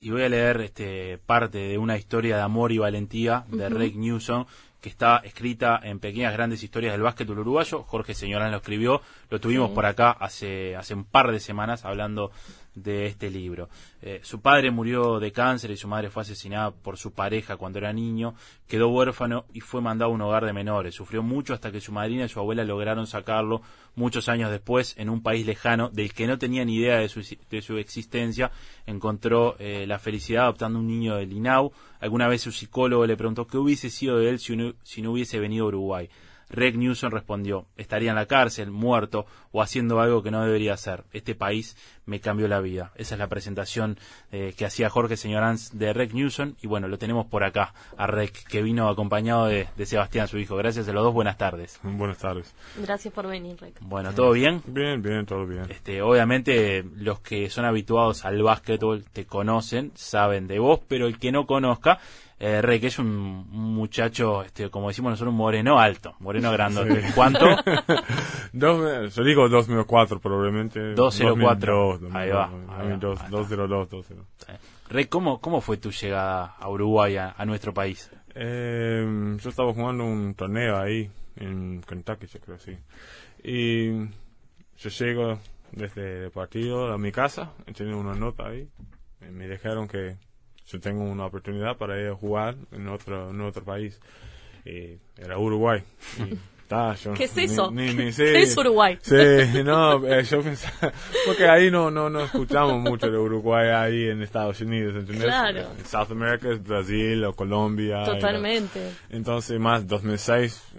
y voy a leer este, parte de una historia de amor y valentía de Ujú. Rick Newson que está escrita en Pequeñas Grandes Historias del Básquetbol Uruguayo. Jorge Señorán lo escribió, lo tuvimos Sí. por acá hace, hace un par de semanas hablando de este libro. Eh, su padre murió de cáncer y su madre fue asesinada por su pareja cuando era niño, quedó huérfano y fue mandado a un hogar de menores. Sufrió mucho hasta que su madrina y su abuela lograron sacarlo muchos años después en un país lejano del que no tenía ni idea de su, de su existencia. Encontró eh, la felicidad adoptando un niño del INAU. Alguna vez su psicólogo le preguntó qué hubiese sido de él si no- si no hubiese venido a Uruguay. Rick Newson respondió, estaría en la cárcel, muerto o haciendo algo que no debería hacer. Este país me cambió la vida. Esa es la presentación eh, que hacía Jorge Señoranz de Rick Newson y bueno, lo tenemos por acá a Rick que vino acompañado de, de Sebastián, su hijo. Gracias a los dos, buenas tardes. Buenas tardes. Gracias por venir, Rick. Bueno, ¿todo bien? Bien, bien, todo bien. Este, obviamente los que son habituados al básquetbol te conocen, saben de vos, pero el que no conozca, eh, Rick es un un muchacho, este, como decimos nosotros, un moreno alto, moreno grandote. ¿Cuánto? Eh, Dos, me- yo digo 204 probablemente. 204. 2002, Ahí va, 2002, ahí va, 2002, ahí está. 202, 202. Rick, ¿cómo, ¿cómo fue tu llegada a Uruguay, a, a nuestro país? Eh, yo estaba jugando un torneo ahí, en Kentucky, yo creo, sí. Y yo llego desde el partido a mi casa, tenía una nota ahí. Y me dijeron que yo tengo una oportunidad para ir a jugar en otro, en otro país. Y era Uruguay. Y, ta, yo ¿Qué es ni- eso? ni- ni sé. ¿Qué es Uruguay? Sí, no, eh, yo pensaba, porque ahí no, no, no escuchamos mucho de Uruguay ahí en Estados Unidos, ¿entendés? Claro. En South America es Brasil o Colombia. y la- Totalmente. entonces, más 2006,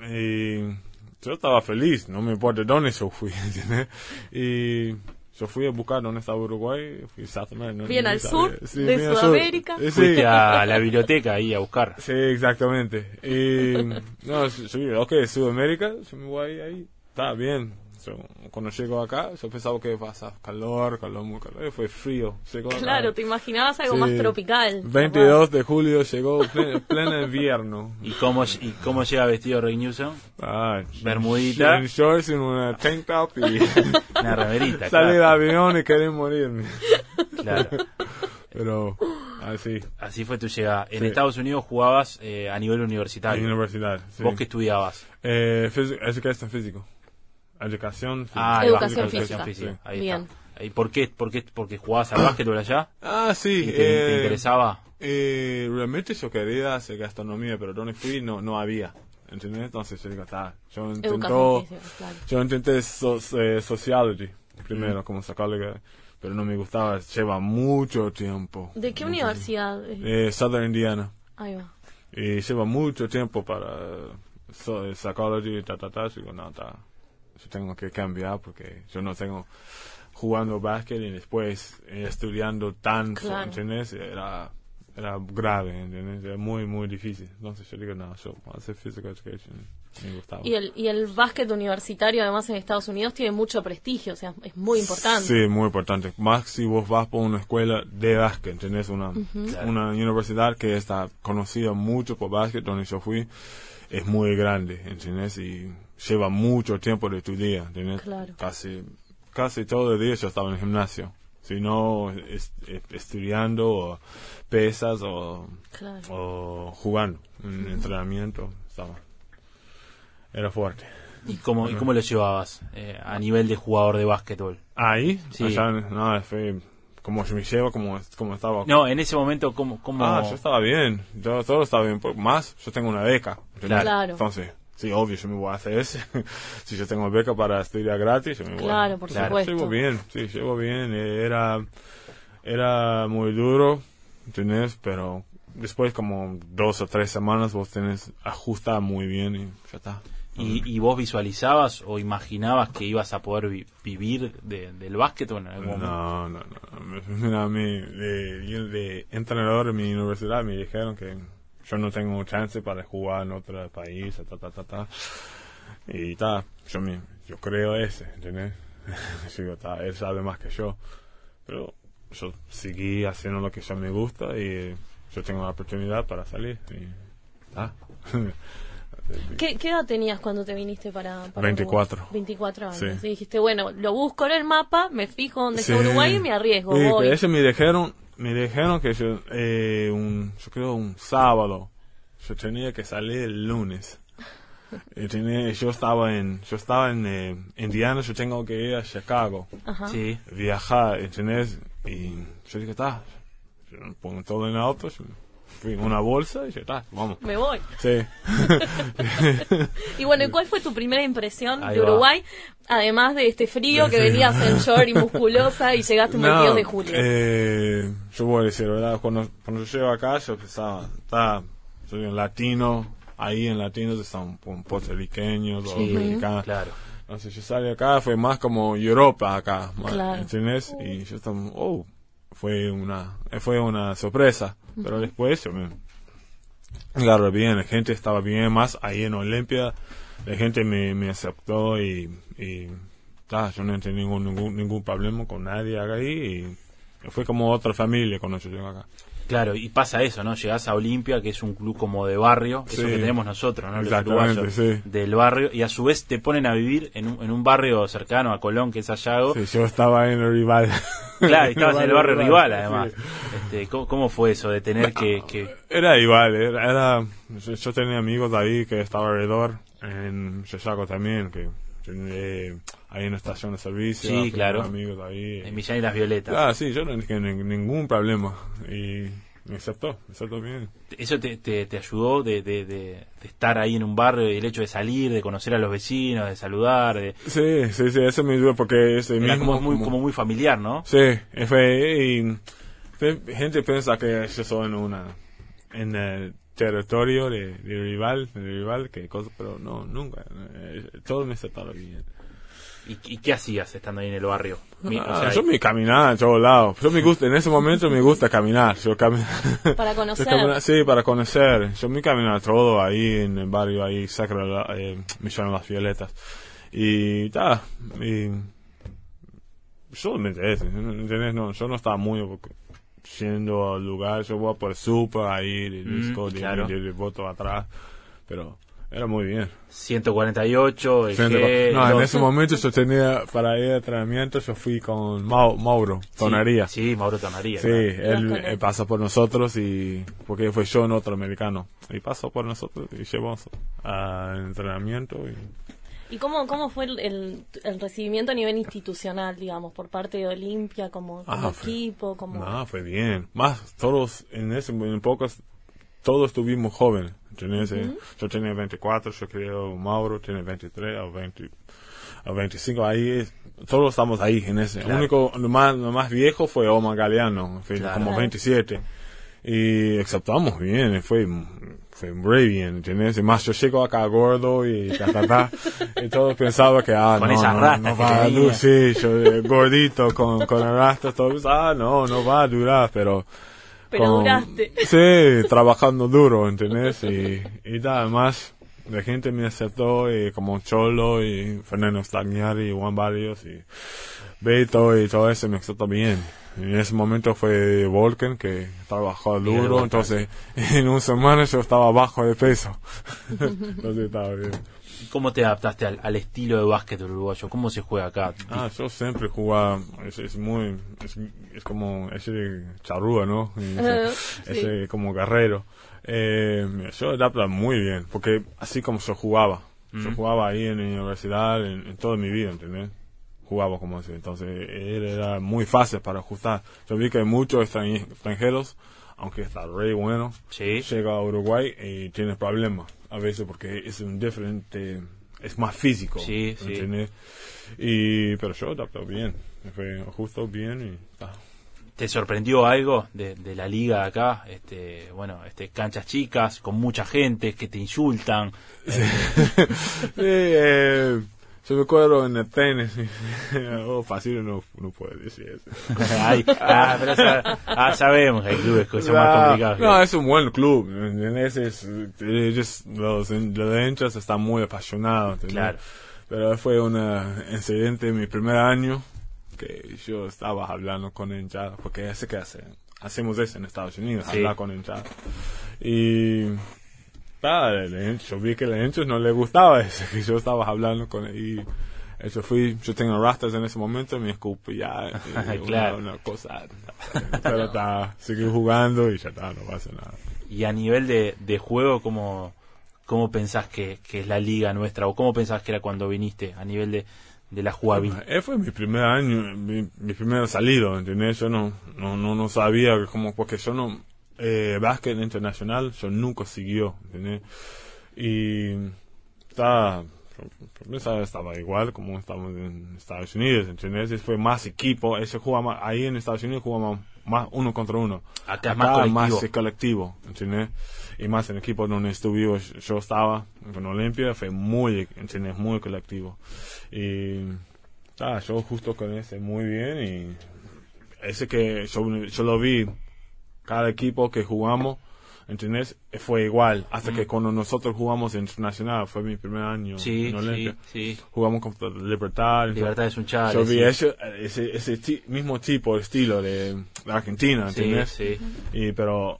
eh, y yo estaba feliz, no me importa dónde yo fui, ¿entendés? Y yo fui a buscar dónde estaba Uruguay, fui a South America, no- Bien no al sabía. sur Sí, de bien al sur. Sudamérica. Eh, sí. Fuiste a la biblioteca ahí a buscar. Sí, exactamente. Y no, yo yo digo, ok, Sudamérica, yo me voy ahí, está bien. So, cuando llego acá, yo pensaba que pasa calor, calor, muy calor, y fue frío. Llegó acá, Claro, te imaginabas algo sí. más tropical. 22 de julio llegó pleno, pleno invierno. ¿Y cómo, y cómo llega vestido Rick Newson? Ah, sh- Bermudita. En shorts, en una tank top y Una remerita, salí del claro, avión y quería morirme. claro. Pero ah, así, Así fue tu llegada. En Sí. Estados Unidos jugabas eh, a nivel en la universitario. universidad. sí. ¿Vos qué estudiabas? Eh, físico- educación físico. Educación física. Ah, ahí va, Este, Educación física. sí. Ahí Bien. está. ¿Y por qué? ¿Por qué? ¿Porque jugabas al básquetbol allá? Ah, sí. ¿Y te, te eh, interesaba? Eh, realmente yo quería hacer gastronomía, pero donde fui no, no había. ¿Entendés? Entonces yo digo, está. Yo Educación intento, física, claro. yo intenté so- eh, sociology primero, como sacarle, pero no me gustaba. Lleva mucho tiempo. ¿De qué universidad? Eh, Southern Indiana. Ahí va. Y lleva mucho tiempo para so, eh, psychology y ta, ta, ta. Yo digo, no, ta. Yo tengo que cambiar porque yo no tengo jugando básquet y después eh, estudiando tanto, Claro. ¿entendés? Era, era grave, ¿entendés? Era muy, muy difícil. Entonces yo digo, no, yo voy a hacer physical education. Me gustaba. Y el, y el básquet universitario, además, en Estados Unidos tiene mucho prestigio, o sea, es muy importante. Sí, muy importante. Más si vos vas por una escuela de básquet, tenés una, una universidad que está conocida mucho por básquet, donde yo fui, es muy grande, ¿entendés? Y lleva mucho tiempo de tu día, ¿entendés? Claro. Casi, casi todo el día yo estaba en el gimnasio. Si no, es- es- estudiando o pesas o, Claro. o jugando, en entrenamiento, estaba. Era fuerte. ¿Y cómo, y cómo lo llevabas eh, a nivel de jugador de básquetbol? Ahí, Sí. allá, no, fue como yo me llevo, como, como estaba. No, en ese momento, ¿cómo...? cómo... Ah, yo estaba bien, yo, todo estaba bien, por- más yo tengo una beca. ¿entendés? Claro. Entonces, sí, obvio, yo me voy a hacer ese. si yo tengo beca para estudiar gratis, yo me voy a- Claro, por Claro. supuesto. Llevo bien, sí, llevo bien, eh, era, era muy duro, ¿entendés? Pero después como dos o tres semanas vos tenés ajustar muy bien y ya está. ¿Y, y vos visualizabas o imaginabas que ibas a poder vi- vivir de- del básquetbol en algún momento? No, no, no. Mira, mi, de, de entrenador en mi universidad me dijeron que yo no tengo chance para jugar en otro país, ta, ta, ta, ta. Y ta, yo, me, yo creo ese, ¿entendés? yo digo, ta, él sabe más que yo. Pero yo seguí haciendo lo que yo me gusta y yo tengo la oportunidad para salir. Y, ta. ¿Qué, qué edad tenías cuando te viniste para, para 24. Uruguay? 24 años. Sí. Y dijiste, bueno, lo busco en el mapa, me fijo dónde está Sí. Uruguay y me arriesgo. Y voy. que eso me dijeron, me dijeron que yo, eh, un, yo creo un sábado, yo tenía que salir el lunes. Yo, tenía- yo estaba en, yo estaba en eh, Indiana, yo tengo que ir a Chicago, Ajá. Sí. viajar, ¿entendés? Y yo dije, está, yo pongo todo en el auto, yo fui en una bolsa y yo, está, vamos. Me voy. Sí. Y bueno, ¿y cuál fue tu primera impresión Ahí de va. Uruguay? Además de este frío que Sí. venías en short y musculosa y llegaste un 22 de julio. eh, yo voy a decir, ¿verdad? Cuando, cuando yo llego acá, yo pensaba, está, soy un latino, ahí en latinos están pum, puertorriqueños o Sí, mexicanos. Claro. Entonces yo salí acá, fue más como Europa acá, más, Claro. ¿entendés? Y yo estaba, oh, fue una, eh, fue una sorpresa. Pero después yo me agarré bien, la gente estaba bien, más ahí en Olimpia, la gente me, me aceptó y, y ta, yo no tenía ningún, ningún, ningún problema con nadie acá ahí y fue como otra familia cuando yo llegué acá. Claro, y pasa eso, ¿no? Llegás a Olimpia, que es un club como de barrio, eso Sí. que tenemos nosotros, ¿no? Los Exactamente, uruguayos sí. del barrio, y a su vez te ponen a vivir en un, en un barrio cercano a Colón, que es Ayago. Sí, yo estaba en el rival. Claro, y estabas en el barrio rival, además. sí. Este, ¿cómo, cómo fue eso de tener que, que- Era igual, era, era- yo, yo tenía amigos ahí que estaba alrededor, en Chicago también, que eh, ahí en la estación de servicio. Sí, tenía claro. Amigos ahí. en Millán y las Violetas? Ah, sí, yo no tenía ni- ningún problema. Y me aceptó, me aceptó bien. ¿Eso te, te- te ayudó de, de- de- de estar ahí en un barrio, y el hecho de salir, de conocer a los vecinos, de saludar? de- Sí, sí, sí, eso me ayudó porque ese era mismo... como muy, como muy familiar, ¿no? Sí, y fue, y fe- gente piensa que yo soy en una en el territorio de, de rival, de rival, que cosa, pero no, nunca. eh, Todo me aceptaron bien. ¿Y, y qué hacías estando ahí en el barrio? Mi- o Ah, sea, yo me caminaba a todos lados. Yo me gusta, en ese momento me gusta caminar. Yo cami- Para conocer. Yo camina- sí, para conocer. Yo me caminaba todo ahí en el barrio, ahí, Sacra, la- eh, Millón de las Violetas. Y ta, y yo me interesa, ¿entendés? No, yo no estaba muy ocu- yendo al lugar, yo voy por Supa ahí, de Mm, disco, de, claro. de- de voto atrás, pero era muy bien. 148, el G, no, en dos- ese momento yo tenía, para ir a entrenamiento, yo fui con Mau- Mauro, Tonaría. Sí, sí, Mauro Tonaría. Sí, claro. él, Bacana. eh, pasó por nosotros y porque fue yo en otro americano y pasó por nosotros y llevamos a entrenamiento y ¿Y cómo, cómo fue el, el- el recibimiento a nivel institucional, digamos, por parte de Olimpia, como, como Ah, fue- equipo? Como... no fue bien. Más todos en ese en pocos todos estuvimos jóvenes. ¿entendés? Eh, Yo tenía 24, yo creo Mauro tiene 23 o 20 o 25 ahí es- todos estamos ahí en ese. Claro. El único lo más lo más viejo fue Omar Galeano, fue Claro. como Claro. 27. Y aceptamos bien, fue, fue muy bien, ¿entendés? Y más yo llego acá gordo y ta, ta, ta, y todos pensaban que, ah, Con no, esas no, rastas no que va a tenía. durar, sí, yo eh, gordito con, con las rastas, todos, ah, no, no va a durar, pero... Pero con- duraste. Sí, trabajando duro, ¿entendés? Y, y nada más, la gente me aceptó, y como Cholo y Fernando Stagnari y Juan Barrios y... Beto y todo eso me exaltó bien. En ese momento fue Volken que trabajó Miguel duro, Volken. entonces en un semana yo estaba bajo de peso. entonces estaba bien. ¿Y ¿Cómo te adaptaste al, al estilo de básquet uruguayo? ¿Cómo se juega acá? Ah, yo siempre jugaba, es, es muy, es, es como ese charrúa, ¿no? Y Ese, Ah, ese como guerrero. Eh, yo adapta muy bien, porque así como yo jugaba, yo jugaba ahí en la universidad, en, en toda mi vida, ¿entendés? Jugaba como así, entonces él era muy fácil para ajustar. Yo vi que muchos extranje- extranjeros, aunque está re bueno, Sí. llega a Uruguay y tiene problemas a veces porque es un diferente, es más físico, Sí, sí. ¿entendés? Y, pero yo adapté bien, me fue justo bien y ah, ¿Te sorprendió algo de, de la liga de acá? Este, bueno, este, canchas chicas, con mucha gente, que te insultan. Sí, eh, yo me acuerdo en el tenis, oh, fácil no, no puedo decir eso. Ay, ah, pero sa- ah, sabemos que hay clubes que son más Ah, complicados. que- No, es un buen club. En ese es- ellos, los, los hinchas están muy apasionados. ¿entendés? Claro. Pero fue un eh, incidente en mi primer año que yo estaba hablando con hinchas, porque ese que hace, hacemos eso en Estados Unidos, Sí. hablar con hinchas. Y ah, el hinch- yo vi que a los hinchas no les gustaba eso, que yo estaba hablando con y Yo fui, yo tengo rastas en ese momento y me escupo ya. eh, Claro. Una, una cosa. Pero está, seguí jugando y ya está, no pasa nada. Y a nivel de, de juego, ¿cómo, cómo pensás que, que es la liga nuestra? ¿O cómo pensás que era cuando viniste a nivel de, de la jugabilidad? Eh, fue mi primer año, mi, mi primer salido, ¿entendés? Yo no, no, no, no sabía cómo, porque yo no, eh, básquet internacional, yo nunca siguió, ¿entendés? Y estaba, yo estaba- estaba igual como estamos en Estados Unidos, ¿entendés? Y fue más equipo, ese jugaba más- ahí en Estados Unidos jugaba más uno contra uno. Acá es más colectivo. eh, colectivo, ¿entendés? Y más en el equipo donde estuve, yo- yo estaba con Olimpia, fue muy, ¿entendés? Muy colectivo. Y ah, yo justo con ese muy bien y ese que yo, yo lo vi, cada equipo que jugamos, ¿entendés? Fue igual, hasta que cuando nosotros jugamos internacional, fue mi primer año Sí, en sí, Olimpia. sí. Jugamos contra Libertad. Libertad es un chale. Yo vi sí. ese, ese, ese ti- mismo tipo de estilo de, de Argentina, Sí, ¿entendés? sí. Y, pero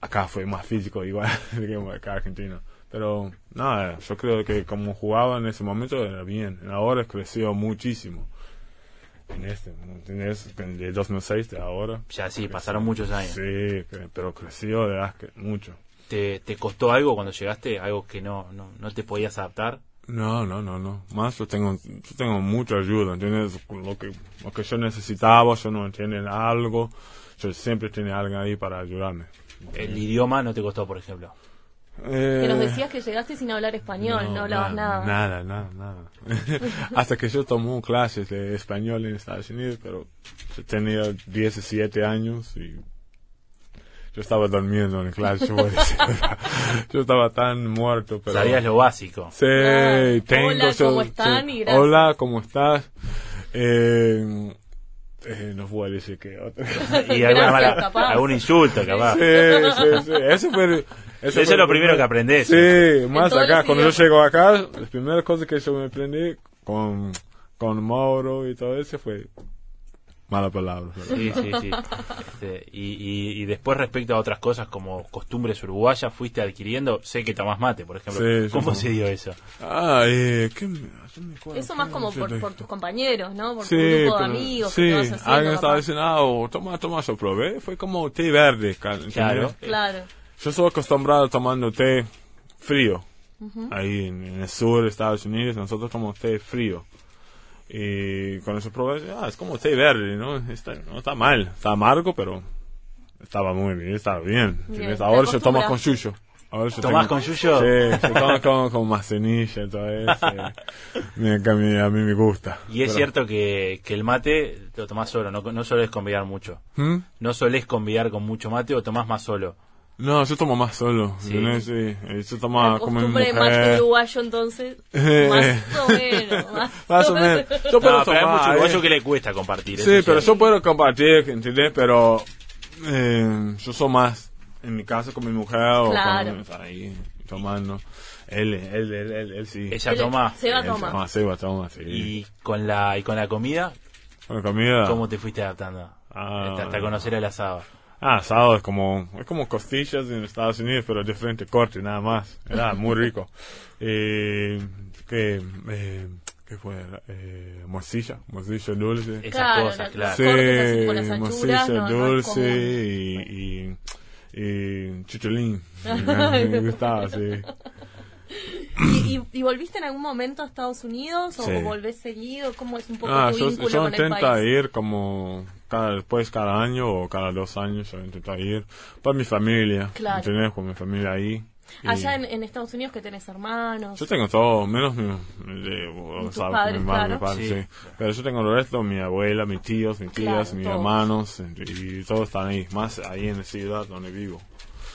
acá fue más físico igual digamos, acá Argentina. Pero nada, yo creo que como jugaba en ese momento era bien. Ahora creció muchísimo. En este, ¿entendés? De 2006 de ahora. Ya sí, pasaron muchos años. Sí, cre- pero creció de verdad que mucho. ¿Te, te costó algo cuando llegaste? ¿Algo que no, no, no te podías adaptar? No, no, no, no. Más yo tengo, yo tengo mucha ayuda, ¿entiendes? Lo que, lo que yo necesitaba, yo no entiendo algo. Yo siempre tenía alguien ahí para ayudarme. ¿El idioma no te costó, por ejemplo? Que nos Eh, decías que llegaste sin hablar español, no, hablabas nada. Nada, nada, nada. Hasta que yo tomé clases de español en Estados Unidos, pero yo tenía 17 años y yo estaba durmiendo en clase. yo voy a decir. yo estaba tan muerto, pero... Sabías lo básico. Sí, Claro. tengo... Hola, yo- ¿cómo están? sí, Y gracias. Hola, ¿cómo estás? Eh, eh, no voy a decir que otra. Y alguna Gracias, mala- capaz. algún insulto, capaz. Sí, sí, sí. Eso fue. Eso es lo primero que aprendes. Sí, más todos acá. los Cuando yo idiomas. llego acá, las primeras cosas que yo me aprendí con, con Mauro y todo eso fue mala palabra. pero- Sí, sí, sí. Este, y, y- y después respecto a otras cosas como costumbres uruguayas, fuiste adquiriendo, sé que tomás mate, por ejemplo. Sí, yo ¿Cómo tomo. se dio eso? Ah, eh, ¿qué me, yo me acuerdo, Eso más ¿qué como me por, dice? por tus compañeros, ¿no? Por Sí, tu grupo de pero- amigos. que sí, te vas haciendo, alguien estaba capaz. diciendo, ah, oh, toma, toma, yo probé. Fue como té verde, ca- Claro. ¿entendés? Claro. Yo soy acostumbrado tomando té frío. Ahí en, en el sur de Estados Unidos nosotros tomamos té frío. Y cuando yo probé, ah, es como té verde, ¿no? Está, no está mal, está amargo, pero estaba muy bien, estaba bien. ¿entendés? te Ahora yo tomo acostumbras. con suyo. Ahora yo ¿Tomás tengo- con yuyo? Sí, yo tomo con, con manzanilla y todo eso. Me- que a, mí, a mí me gusta. Y es Pero- cierto que, que el mate lo tomás solo, no, no solés convidar mucho. ¿Mm? No solés convidar con mucho mate o tomás más solo. No, yo tomo más solo. Sí. ¿entendés? Sí, eh, Yo tomo La Ah, como mi costumbre de mujer. mate uruguayo, entonces. Eh. más o menos. Más, Más o menos. Yo No, puedo pero hay tomar, mucho uruguayo eh. que le cuesta compartir. eso Sí, es pero cierto. yo puedo compartir, ¿entendés? Pero eh, yo soy más en mi casa con mi mujer o Claro. con, está ahí tomando. Él, él, él, él, él sí. Ella toma. Se va a Él tomar. sí, va a tomar, sí. Y con la y con la comida, Con la comida. ¿cómo te fuiste adaptando? Ah. Hasta- Hasta conocer el asado. Ah, asado es como, es como costillas en Estados Unidos, pero diferente corte, nada más. Era muy rico. Eh, ¿qué, eh, ¿Qué fue? Eh, morcilla, morcilla dulce. Esas cosas, la- claro. los cortes así con las Sí, anchuras, morcilla no, no es dulce común. y, y, y chicholín. Me gustaba, sí. ¿Y, y, y volviste en algún momento a Estados Unidos? ¿O Sí. volvés seguido? ¿Cómo es un poco Ah, tu yo, vínculo yo con el intento país? ir como cada, después cada año o cada dos años yo intento ir para mi familia. Claro. ¿entendés? Con mi familia ahí. Y Allá en, en Estados Unidos que tenés hermanos. Yo tengo todo, menos mi, de- o tus sea, padres, mi mamá, mi claro. padre, Sí. sí. Pero yo tengo el resto, mi abuela, mis tíos, mis Claro, tías, mis todos. hermanos, y, y todos están ahí, más ahí en la ciudad donde vivo.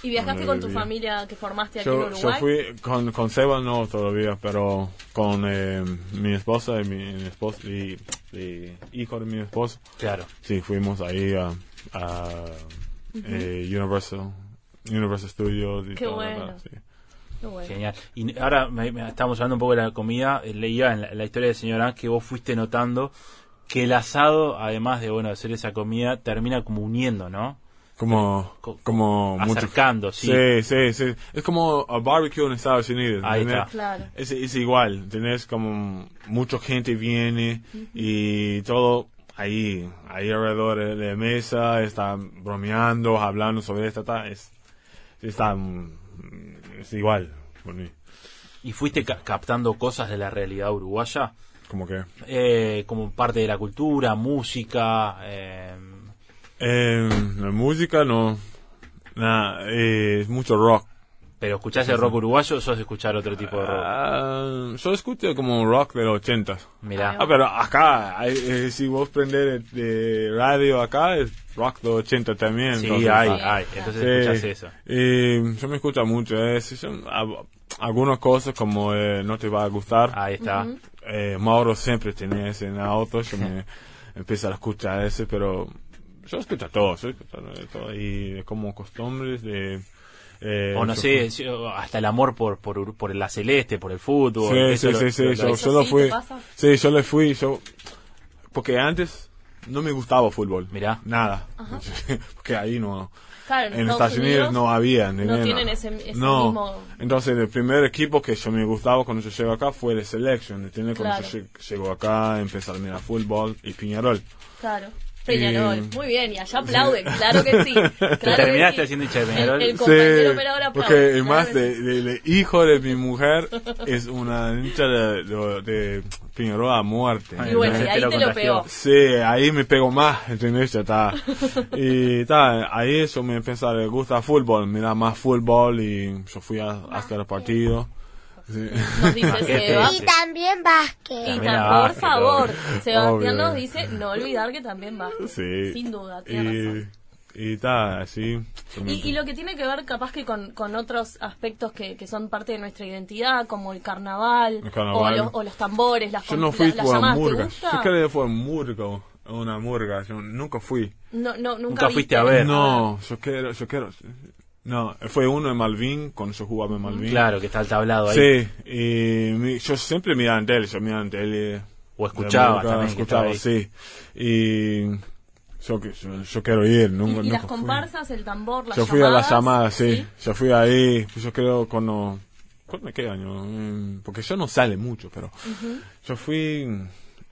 ¿Y viajaste Bueno, con tu bien. familia que formaste aquí en Yo, yo Uruguay? fui con, con Seba no todavía, pero con eh, mi esposa y mi, mi esposo y, y hijo de mi esposo, Claro. sí, fuimos ahí a, a, eh, Universal, Universal Studios. Y Qué todo, bueno. ¿verdad? Sí. Qué bueno. Genial. Y ahora me- me- estamos hablando un poco de la comida. Eh, Leía en la, la historia del señor Ang que vos fuiste notando que el asado, además de bueno hacer esa comida, termina como uniendo, ¿no? Como, Co- como mucho- acercando, sí. Sí, sí, sí. Es como a barbecue en Estados Unidos. Ahí ¿entendés? está. Claro. Es, es igual, tenés como mucha gente viene y todo ahí, ahí alrededor de de la mesa, están bromeando, hablando sobre esta, ta, es, está, mm, es igual, por mí, ¿Y fuiste ca- captando cosas de la realidad uruguaya? como que. Eh, como parte de la cultura, música. eh, Eh, la música no, nada, eh, es mucho rock. pero escuchás el rock uruguayo o sos de escuchar otro tipo de rock. Ah, yo escucho como rock de los 80. Mirá. Ah, pero acá, hay- eh, si vos prender de, radio acá, es rock de los 80 también. Sí, entonces, hay, ah, hay. Entonces Sí. escuchás eso. Y yo me escucho mucho. eh, sí, son ab- algunas cosas como eh, no te va a gustar. Ahí está. Eh, Mauro siempre tenía ese en auto. Yo me empecé a escuchar ese, pero yo escucho todo. Yo escucho de todo. Y como costumbres de. eh, O no sé, sí, o hasta el amor por, por, Ur- por la celeste, por el fútbol. Sí, eso sí, lo- sí, sí, lo- yo, lo- ¿Eso yo lo sí fui. te pasa? Sí, yo le fui, yo... Porque antes no me gustaba fútbol. Mirá. Nada. Porque ahí no... Claro, En Estados Unidos, no había. ni no nada. tienen ese- ese No. mismo- Entonces, el primer equipo que yo me gustaba cuando yo llego acá fue el Selection. ¿entiendes? Cuando yo Claro. lleg- llego acá, empecé a mirar fútbol y Piñarol. Claro. Peñarol. Y- Muy bien, y allá aplauden, claro que sí. Claro ¿Te terminaste que sí. haciendo hincha de Peñarol? eh, El- el- compañero, Sí, pero ahora aplaude, porque el claro más que de, de- de hijo de mi mujer es una hincha de, de, de Peñarol a muerte. Ay, Y bueno, Te y ahí lo te lo contagió. pegó. Sí, ahí me pego más, ¿entendés? Ya está. Y tal, ahí yo me empecé a gusta fútbol, mira más fútbol y yo fui a- hasta el partido. Sí. Nos Ah, dice qué Seba. triste. Y también básquet. Y También a tam- por básquet, favor, obvio. Sebastián Obvio. nos dice no olvidar que también va. Sí. Sin duda, tiene Y, razón. y tal, así. yo me- Y, y lo que tiene que ver capaz que con, con otros aspectos que, que son parte de nuestra identidad, como el carnaval, El carnaval. O, los, o los tambores, las, yo con- no fui la- las por llamadas, ¿te murga. gusta? Yo creo que fue murga, una murga. Yo nunca fui. No, no, nunca, Nunca fuiste viste. a ver. No, ah. yo quiero, yo quiero. No, fue uno en Malvin, cuando yo jugaba en Malvin. Claro, que está el tablado ahí. Sí, y mi- yo siempre miraba en tele, yo miraba en tele. O escuchaba de música, también, que estaba Escuchaba, ahí. sí. Y yo, que- yo, yo quiero ir, Y, nunca. y las nunca fui. comparsas, el tambor, las Yo llamadas. fui a las llamadas, sí. Yo fui ahí, yo creo cuando... ¿Cuándo qué año? Mm, Porque yo no sale mucho, pero... Yo fui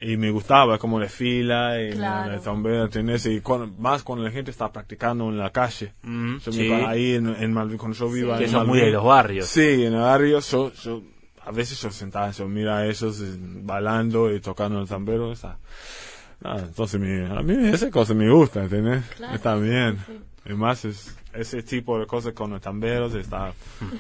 y me gustaba como la fila y la- Claro. la sombrera, ¿entendés? Y cuando- más cuando la gente está practicando en la calle. Mm, Yo sí. me iba ahí en, en Malvin, cuando yo vivo Que son muy de los barrios. Sí, en el barrio yo, yo a veces yo sentaba, yo mira a ellos eh, bailando y tocando el tambero, esa. Ah, entonces mi- a mí esa cosa me gusta, ¿entendés? Claro, está sí, bien. sí, Y más es, ese tipo de cosas con los tamberos está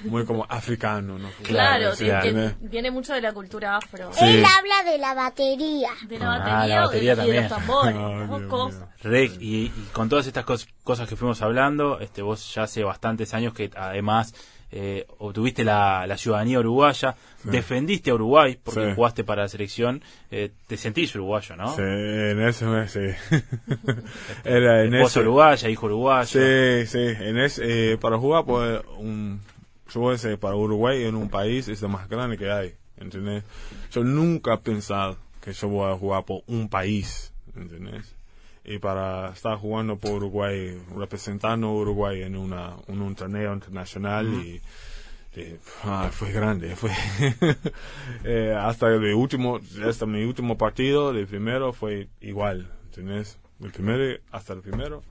muy como africano, ¿no? Claro, Claro, sí, sí, que ¿entendés? viene mucho de la cultura afro. Sí. Él habla de la batería. De la Ah, batería, la batería o de, y de los también. tambores, Ah, las dos Dios cosas. mío. Rick, y, y con todas estas cos- cosas que fuimos hablando, este, vos ya hace bastantes años que además eh, obtuviste la, la ciudadanía uruguaya, defendiste a Uruguay porque Sí. jugaste para la selección, eh, te sentís uruguayo, ¿no? Sí, en ese mes, sí. Era en Esposa ese. uruguaya, hijo uruguayo. Sí, sí, en ese, eh, para jugar, pues, un, yo ese, para Uruguay en un país es lo más grande que hay, ¿entendés? Yo nunca he pensado que yo voy a jugar por un país, ¿entendés? Y para estar jugando por Uruguay, representando a Uruguay en, una, en un torneo internacional y... eh, ah, fue grande, fue eh, hasta el último, hasta mi último partido, el primero fue igual, ¿entendés? El primero, hasta el primero,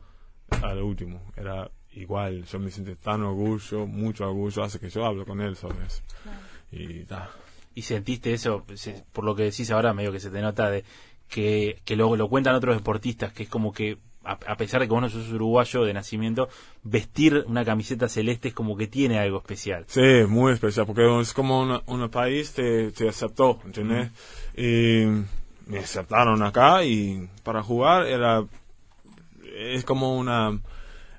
al último. Era igual, yo me siento tan orgullo, mucho orgullo, hace que yo hablo con él sobre eso. Y ta. Y sentiste eso, se- por lo que decís ahora, medio que se te nota de que, que lo, lo cuentan otros deportistas, que es como que a, a pesar de que vos no sos uruguayo de nacimiento, vestir una camiseta celeste es como que tiene algo especial. Sí, es muy especial, porque es como una- un país te, te aceptó, ¿entendés? Y me aceptaron acá y para jugar era... Es como una...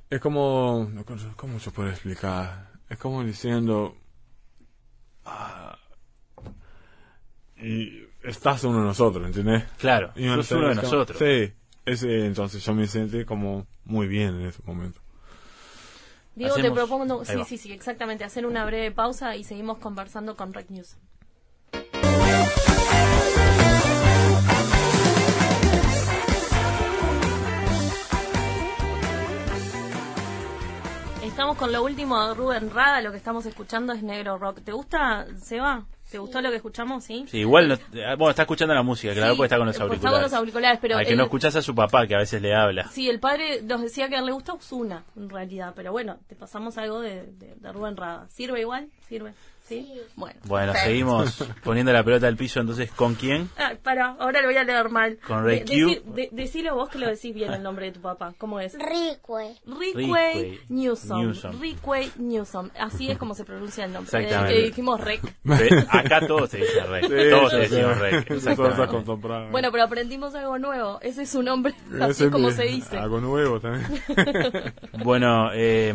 Es como... ¿Cómo se puede explicar? Es como diciendo... ah, y estás uno de nosotros, ¿entendés? Claro, Y no sos sé, uno de es como- nosotros. Sí, ese, entonces yo me sentí como muy bien en ese momento. Diego, te Hacemos- propongo, Ahí sí, va. sí, sí, exactamente, hacer una breve pausa y seguimos conversando con Rec News. Estamos con lo último de Rubén Rada, lo que estamos escuchando es Negro Rock. ¿Te gusta, Seba? ¿Te gustó lo que escuchamos? Sí. Sí, igual, no- eh, bueno, está escuchando la música, claro, Sí, porque está con los porque auriculares. está con los auriculares, pero Al que el- no escuchás a su papá, que a veces le habla. Sí, el padre nos decía que le gusta Usuna, en realidad, pero bueno, te pasamos algo de, de, de Rubén Rada. ¿Sirve igual? ¿Sirve? ¿Sí? Bueno. Bueno, Perfecto. seguimos poniendo la pelota al piso, entonces, ¿con quién? Ah, para, ahora lo voy a leer mal. Con Ray De- decí- Q. de- decilo vos que lo decís bien el nombre de tu papá. ¿Cómo es? Ricue. Rickway Rickway Newsom. Newsom. Rickway Newsom. Así es como se pronuncia el nombre. Exactamente. Eh, eh, dijimos Rec. Ve, Acá todos se dicen rey. todos se decían decimos rey. exactamente. Bueno, pero aprendimos algo nuevo. Ese es su nombre, así Ese es como me- se dice. Algo nuevo también. Bueno, eh,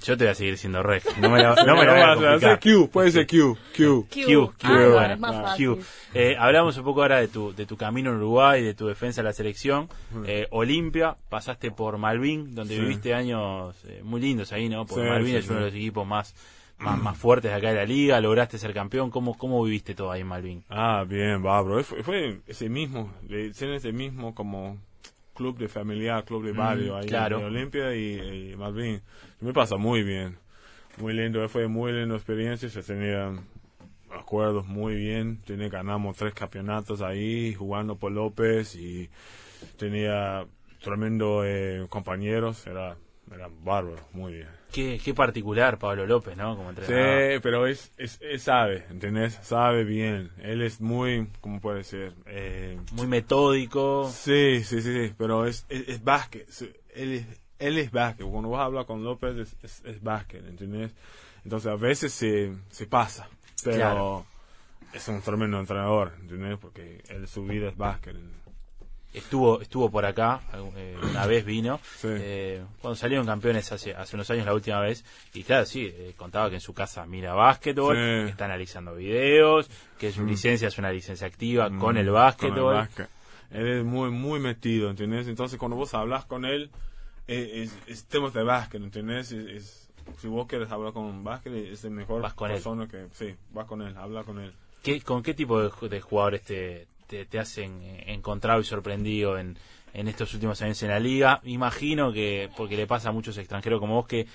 yo te voy a seguir siendo rey. No me la, no me la voy a Pero, o sea, complicar. Q, puede ser Q, Q. Q. Q, Q, Ah, bueno, es más bueno, fácil. Q. Eh, hablamos un poco ahora de tu, de tu camino en Uruguay, de tu defensa de la selección. Eh, Olimpia, pasaste por Malvin, donde Sí. viviste años eh, muy lindos ahí, ¿no? Porque Sí, Malvin sí, es uno sí. de los equipos más, más, más fuertes de acá de la liga, lograste ser campeón. ¿Cómo, cómo viviste todo ahí en Malvin? Ah, bien, va, bro. Fue, fue ese mismo, le dicen ese mismo como club de familiar, club de barrio ahí claro. en Olimpia y, y más bien, me pasa muy bien. Muy lindo, fue muy linda experiencia, se tenían acuerdos muy bien, tenía, ganamos tres campeonatos ahí jugando por López y tenía tremendo eh, compañeros, era, era bárbaro, muy bien. Qué, qué particular Pablo López, ¿no? Como Sí, entrenador. pero es, es, él sabe, ¿entendés? Sabe bien. Él es muy, ¿cómo puede ser? Eh, Muy metódico. sí, sí, sí, sí, pero es, es, es básquet. Sí, Él es, él es básquet. Cuando vas a hablar con López es, es, es básquet, ¿entendés? Entonces a veces se, se pasa, pero Claro. es un tremendo entrenador, ¿entendés? Porque él, su vida es básquet. Estuvo, estuvo por acá, eh, una vez vino, Sí. eh, cuando salieron campeones hace, hace unos años la última vez, y claro, sí, eh, contaba que en su casa mira básquetbol, Sí. Mm. que está analizando videos, que su licencia es una licencia activa con el Con básquetbol. el básquet. Él es muy, muy metido, ¿entendés? Entonces, cuando vos hablas con él, eh, es, es temas de básquet, ¿entendés? Es- es- si vos quieres hablar con un básquet, es el mejor Vas con él. persona que... Sí, vas con él, habla con él. ¿Qué- ¿Con qué tipo de, ju- de jugadores te, te, te hacen eh, encontrado y sorprendido en, en estos últimos años en la liga? Imagino que, porque le pasa a muchos extranjeros como vos, que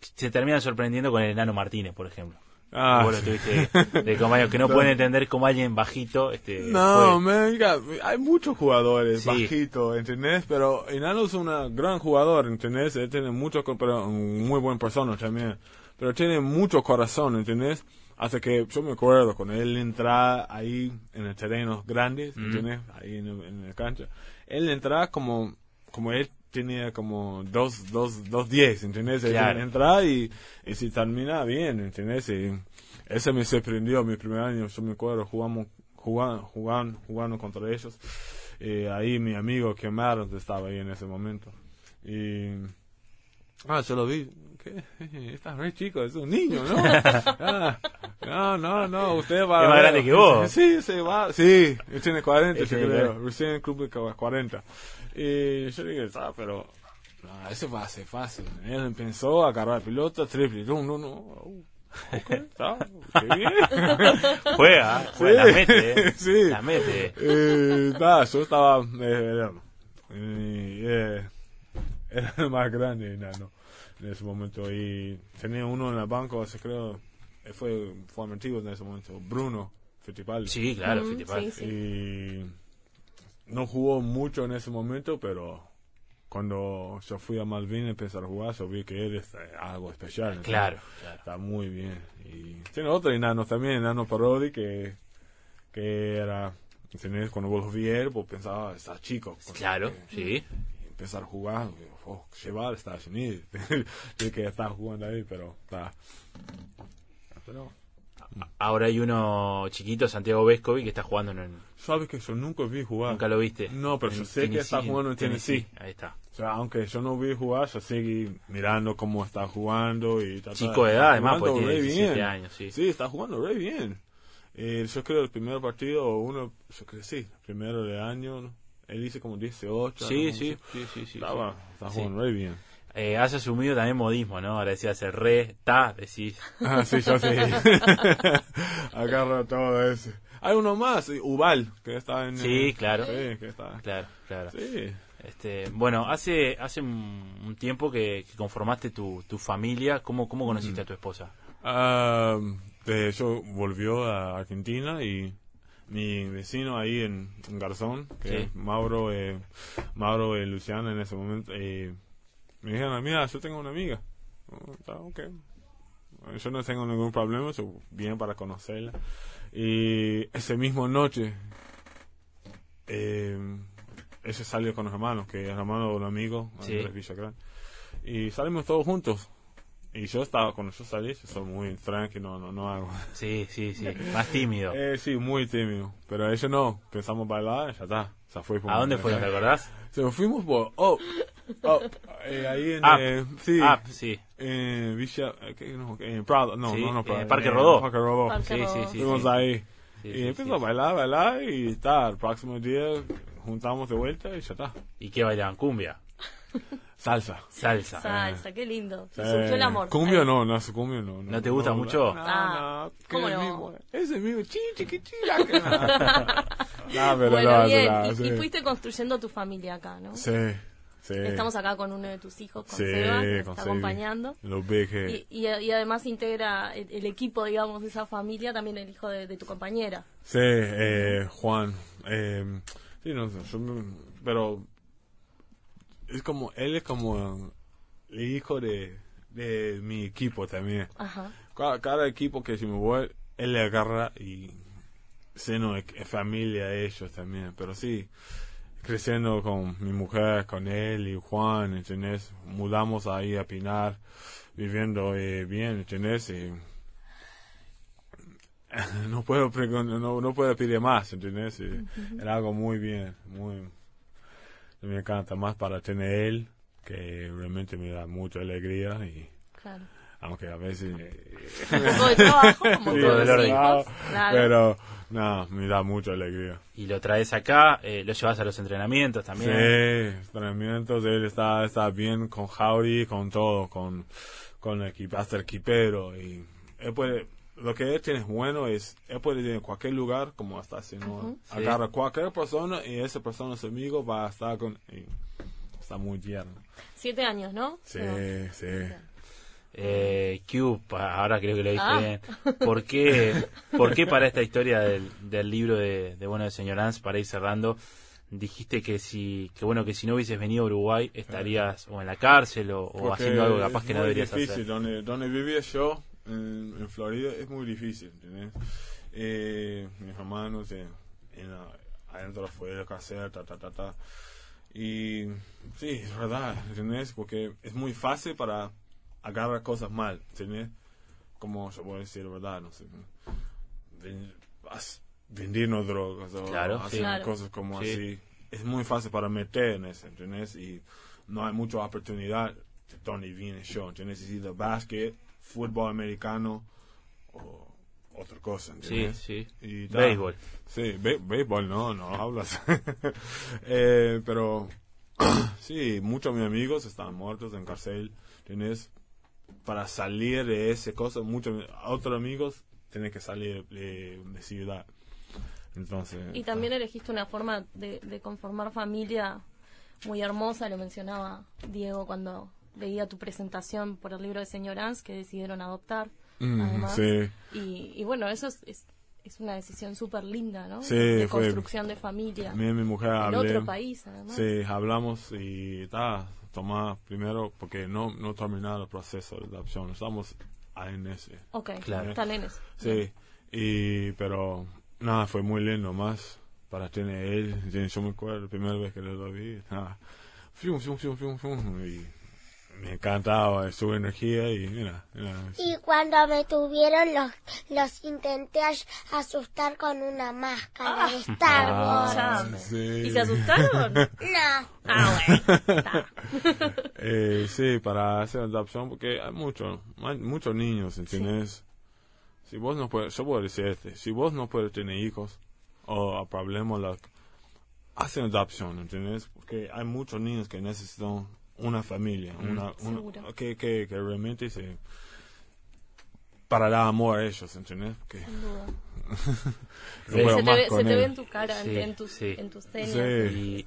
se terminan sorprendiendo con el enano Martínez, por ejemplo. Ah, Vos lo tuviste de compañero, que no No. pueden entender cómo alguien bajito este, No, puede- man, ya, hay muchos jugadores Sí. bajitos, ¿entendés? Pero Enano es un gran jugador, ¿entendés? Él tiene mucho, co- pero un muy buen persona también. Pero tiene mucho corazón, ¿entendés? Hasta que yo me acuerdo cuando él entraba ahí en el terreno grandes, ¿entendés? Ahí en, el- en la cancha. Él entraba como, como él tenía como dos, dos, dos diez, ¿entendés? Él Claro. entraba y, y si terminaba bien, ¿entendés? Y, ese me sorprendió mi primer año, yo me acuerdo, jugamos, jugando, jugando, jugando contra ellos. Eh, ahí mi amigo Kemar estaba ahí en ese momento. Y... Ah, yo lo vi. ¿Qué? Estás re chico, es un niño, ¿no? Ah, no, no, no, usted va... Es más a- grande que vos. Sí, se va, sí, él tiene 40, yo Él tiene creo, 40. recién cumple 40. Y yo dije, ah, pero... No, eso va a ser fácil. Él empezó a agarrar pelota, triple, no, no, no. Uh, ok, está, qué bien. juega, juega, la mete, eh, Sí. la mete. Eh, nada, yo estaba. eh, eh, eh, era el más grande enano en ese momento. Y tenía uno en el banco, se creo. eh, Fue formativo en ese momento. Bruno Fittipaldi. Sí, claro, Mm, Fittipaldi. sí, sí. Y no jugó mucho en ese momento, pero cuando yo fui a Malvin a empezar a jugar, yo vi que él es eh, algo especial. ¿no? Claro, claro. Está muy bien. Y tiene otro enano también, enano Parodi, que, que era... ¿entendés? Cuando vos lo vi él, vos pensabas, está chico. porque Claro, sí. Empezar a jugar, digo, oh, llevar a Estados Unidos. Yo que está jugando ahí, pero está... Pero Ahora hay uno chiquito, Santiago Vescovi, que está jugando en... sabes que yo nunca vi jugar. Nunca lo viste. No, pero En yo sé que está jugando en Tennessee. Ahí está. O sea, aunque yo no vi jugar, yo seguí mirando cómo está jugando y ta, ta. Chico de Está edad, además, jugando porque tiene re 17 años, sí. está jugando re bien. Eh, yo creo el primer partido, o uno, yo creo sí, primero de año, ¿no? él hizo como 18. algo Sí, como sí, así. sí, sí, sí. Estaba, está Sí. jugando re bien. Eh, has asumido también modismo, ¿no? Ahora decías el re, ta, decís... Ah, sí, yo sí. Agarro todo eso. Hay uno más, eh, Ubal, que está en... Sí, eh, claro. Sí, que está... Claro, claro. Sí. Este, bueno, hace hace un un tiempo que, que conformaste tu, tu familia. ¿Cómo, ¿Cómo conociste a tu esposa? Ah, de hecho, volvió a Argentina y mi vecino ahí en, en Garzón, que Sí. es Mauro, eh, Mauro y Luciana en ese momento, eh, me dijeron, mira, yo tengo una amiga. Oh, está ok. Yo no tengo ningún problema, so, bien para conocerla. Y esa misma noche, eh, ese salió con los hermanos, que es hermano de un amigo, Sí. Andrés Villagrán. Y salimos todos juntos. Y yo estaba, cuando yo salí, yo soy muy tranqui, no, no, no hago. Sí, sí, sí. Más tímido. Eh, sí, muy tímido. Pero ellos no, pensamos bailar, ya está. Se fue por- ¿A dónde fueron? ¿Te acordás? Se fuimos por Up. Up. Eh, ahí en. Up. eh, sí. Ah, sí. Eh, Villa. eh, ¿qué? no, eh, Prado. No, Sí, no, no, eh, Prado. Parque Rodó. Parque Rodó. Parque Sí, sí, sí. Fuimos sí. ahí. Sí, y sí, empezó sí, a sí. bailar, bailar y tal. El próximo día juntamos de vuelta y ya está. ¿Y qué bailaban? Cumbia. Salsa. Salsa. Salsa, qué lindo. Se surgió el amor. Cumbio Ahí. no, no, su cumbio no. ¿No te gusta mucho? No, Ah, no, ¿cómo que no? Es el mismo, chichi, que chilaca. no, pero bueno, no, bien. no, y, sí. y fuiste construyendo tu familia acá, ¿no? Sí, sí. Estamos acá con uno de tus hijos, con Sí, Seba, que nos con está Sebi. acompañando. Los big head. Y, y, y además integra el, el equipo, digamos, de esa familia, también el hijo de, de tu compañera. Sí, eh, Juan. Eh, sí, no sé, yo me- pero es como, él es como el hijo de, de mi equipo también. Ajá. Cada, cada equipo que si me voy, él le agarra y seno es es familia de ellos también. Pero sí, creciendo con mi mujer, con él y Juan, ¿entendés? Mudamos ahí a Pinar, viviendo eh, bien, ¿entendés? Y no puedo pregun- no, no puedo pedir más, ¿entendés? Y Era algo muy bien, muy... Me encanta más para tener él, que realmente me da mucha alegría y... Claro. Aunque a veces... eh, Un poco de trabajo, como Sí, todos dolor los de- hijos. Claro. Pero, no, me da mucha alegría. Y lo traes acá, eh, lo llevas a los entrenamientos también. Sí, entrenamientos, él está, está bien con Jauri, con todo, con, con el equipo, hasta el equipero. Y él puede, lo que él tiene es bueno es, él puede ir en cualquier lugar, como hasta si no, agarra cualquier persona y esa persona, su amigo, va a estar con, y está muy tierno. Siete años, ¿no? Sí, Seba. sí. Eh, Q, pa- ahora creo que lo dije Ah. bien. ¿Por qué, ¿Por qué para esta historia del, del libro de, de Bueno de Señor Ans, para ir cerrando, dijiste que si, que bueno, que si no hubieses venido a Uruguay estarías o en la cárcel o, o Porque haciendo algo es capaz que no muy deberías difícil. hacer? Donde, donde vivía yo, en, en Florida, es muy difícil. ¿entendés? Eh, mis hermanos, eh, en la- adentro, afuera, de la casa, ta, ta, ta, ta. Y sí, es verdad, ¿entendés? Porque es muy fácil para agarrar cosas mal, ¿entendés? Como yo puedo decir, ¿verdad? No sé. ven- as- vendiendo drogas o Claro, sí. haciendo Claro. cosas como Sí. así. Es muy fácil para meter en eso, ¿entendés? Y no hay mucha oportunidad de donde viene yo, ¿entendés? Es either básquet, fútbol americano o otra cosa, Sí, ¿entendés? sí. Y tal. Béisbol. Sí, bé- béisbol, no, no hablas. Eh, pero sí, muchos de mis amigos están muertos en cárcel. Tienes para salir de ese cosa, muchos otros amigos tienen que salir de, de ciudad. Entonces, Y también elegiste una forma de, de conformar familia muy hermosa, lo mencionaba Diego cuando veía tu presentación por el libro de Señor Ans, que decidieron adoptar. Mm, además. sí. Y, y bueno, eso es, es, es una decisión súper linda, ¿no? Sí, de fue- construcción de familia. también mi mujer En hablé- otro país, además. Sí, hablamos y ta, toma primero porque no no terminado el proceso de adopción. Estamos en ese. Ok, Claro. están en eso. Sí, y, pero nada, fue muy lindo más para tener él. Yo- Yo me acuerdo la primera vez que lo vi. nada, fium, fium, fium, fium, fium, y me encantaba su energía y mira, mira, Y cuando me tuvieron, los, los intenté as- asustar con una máscara de Star Wars. Escuchame. Ah, sí. Ah, ¿Y se asustaron? No. ah, bueno. está. Eh, sí, para hacer adopción, porque hay muchos, muchos niños, ¿entiendes? Si vos no puedes, yo puedo decir este, si vos no puedes tener hijos, o a problemas, la, hacen adopción, ¿entiendes? Porque hay muchos niños que necesitan una familia, una, una- Seguro. que, que, que realmente se, para dar amor a ellos, ¿entiendes? Porque Sin duda. No puedo se, te más ve, con se te él. ve en tu cara, en- Sí, en, tus, sí. en tus señas. Sí.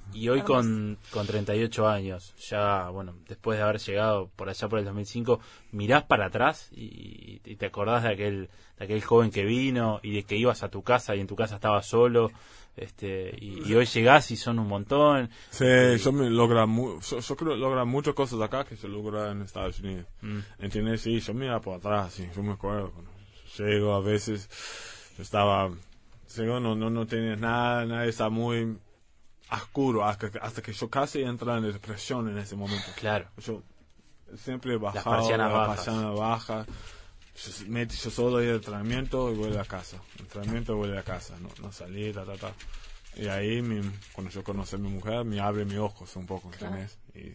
Y, y hoy con, con 38 años, ya, bueno, después de haber llegado por allá por el 2005, mirás para atrás y, y te acordás de aquel, de aquel joven que vino y de que ibas a tu casa y en tu casa estabas solo. Este, y, y hoy llegás y son un montón. Sí, yo me logra mu- yo, yo creo que logra muchas cosas acá que se logra en Estados Unidos. Mm. ¿Entiendes? Sí, yo me iba por atrás, sí, yo me acuerdo. cuando Llego a veces, yo estaba, llego, no, no, no tenía nada, nada está muy oscuro hasta, que- hasta que yo casi entré en depresión en ese momento. Claro. Yo siempre bajaba persianas la bajas. persiana baja. Yo, me- yo solo iba al entrenamiento y vuelvo a casa. Entrenamiento y vuelvo a casa. No, no salí, ta, ta, ta. Y ahí, mi- cuando yo conocí a mi mujer, me abre mis ojos un poco, ¿entendés? Y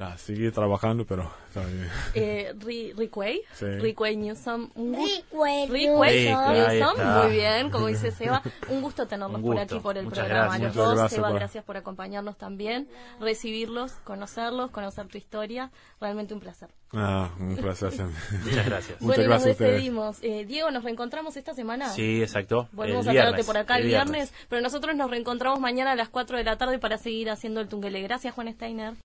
la seguí trabajando, pero está bien. Eh, Ri- Riquey, Sí. Riquey Newsom, un gusto. Recuerdo. Riquey Riquey, ahí Newsom, está. muy bien, como dice Seba, un gusto tenerlos Un gusto. por aquí por el Muchas programa. gracias. Los Muchas dos, gracias Seba, por- gracias por acompañarnos también, recibirlos, conocerlos, conocer tu historia, realmente un placer. Ah, un placer. Sam. Muchas gracias. Muchas bueno, y gracias a nos ustedes. despedimos. Eh, Diego, nos reencontramos esta semana. Sí, exacto. Volvemos El a viernes, traerte por acá el viernes, viernes. pero nosotros nos reencontramos mañana a las 4 de la tarde para seguir haciendo el Tunguele. Gracias, Juan Steiner.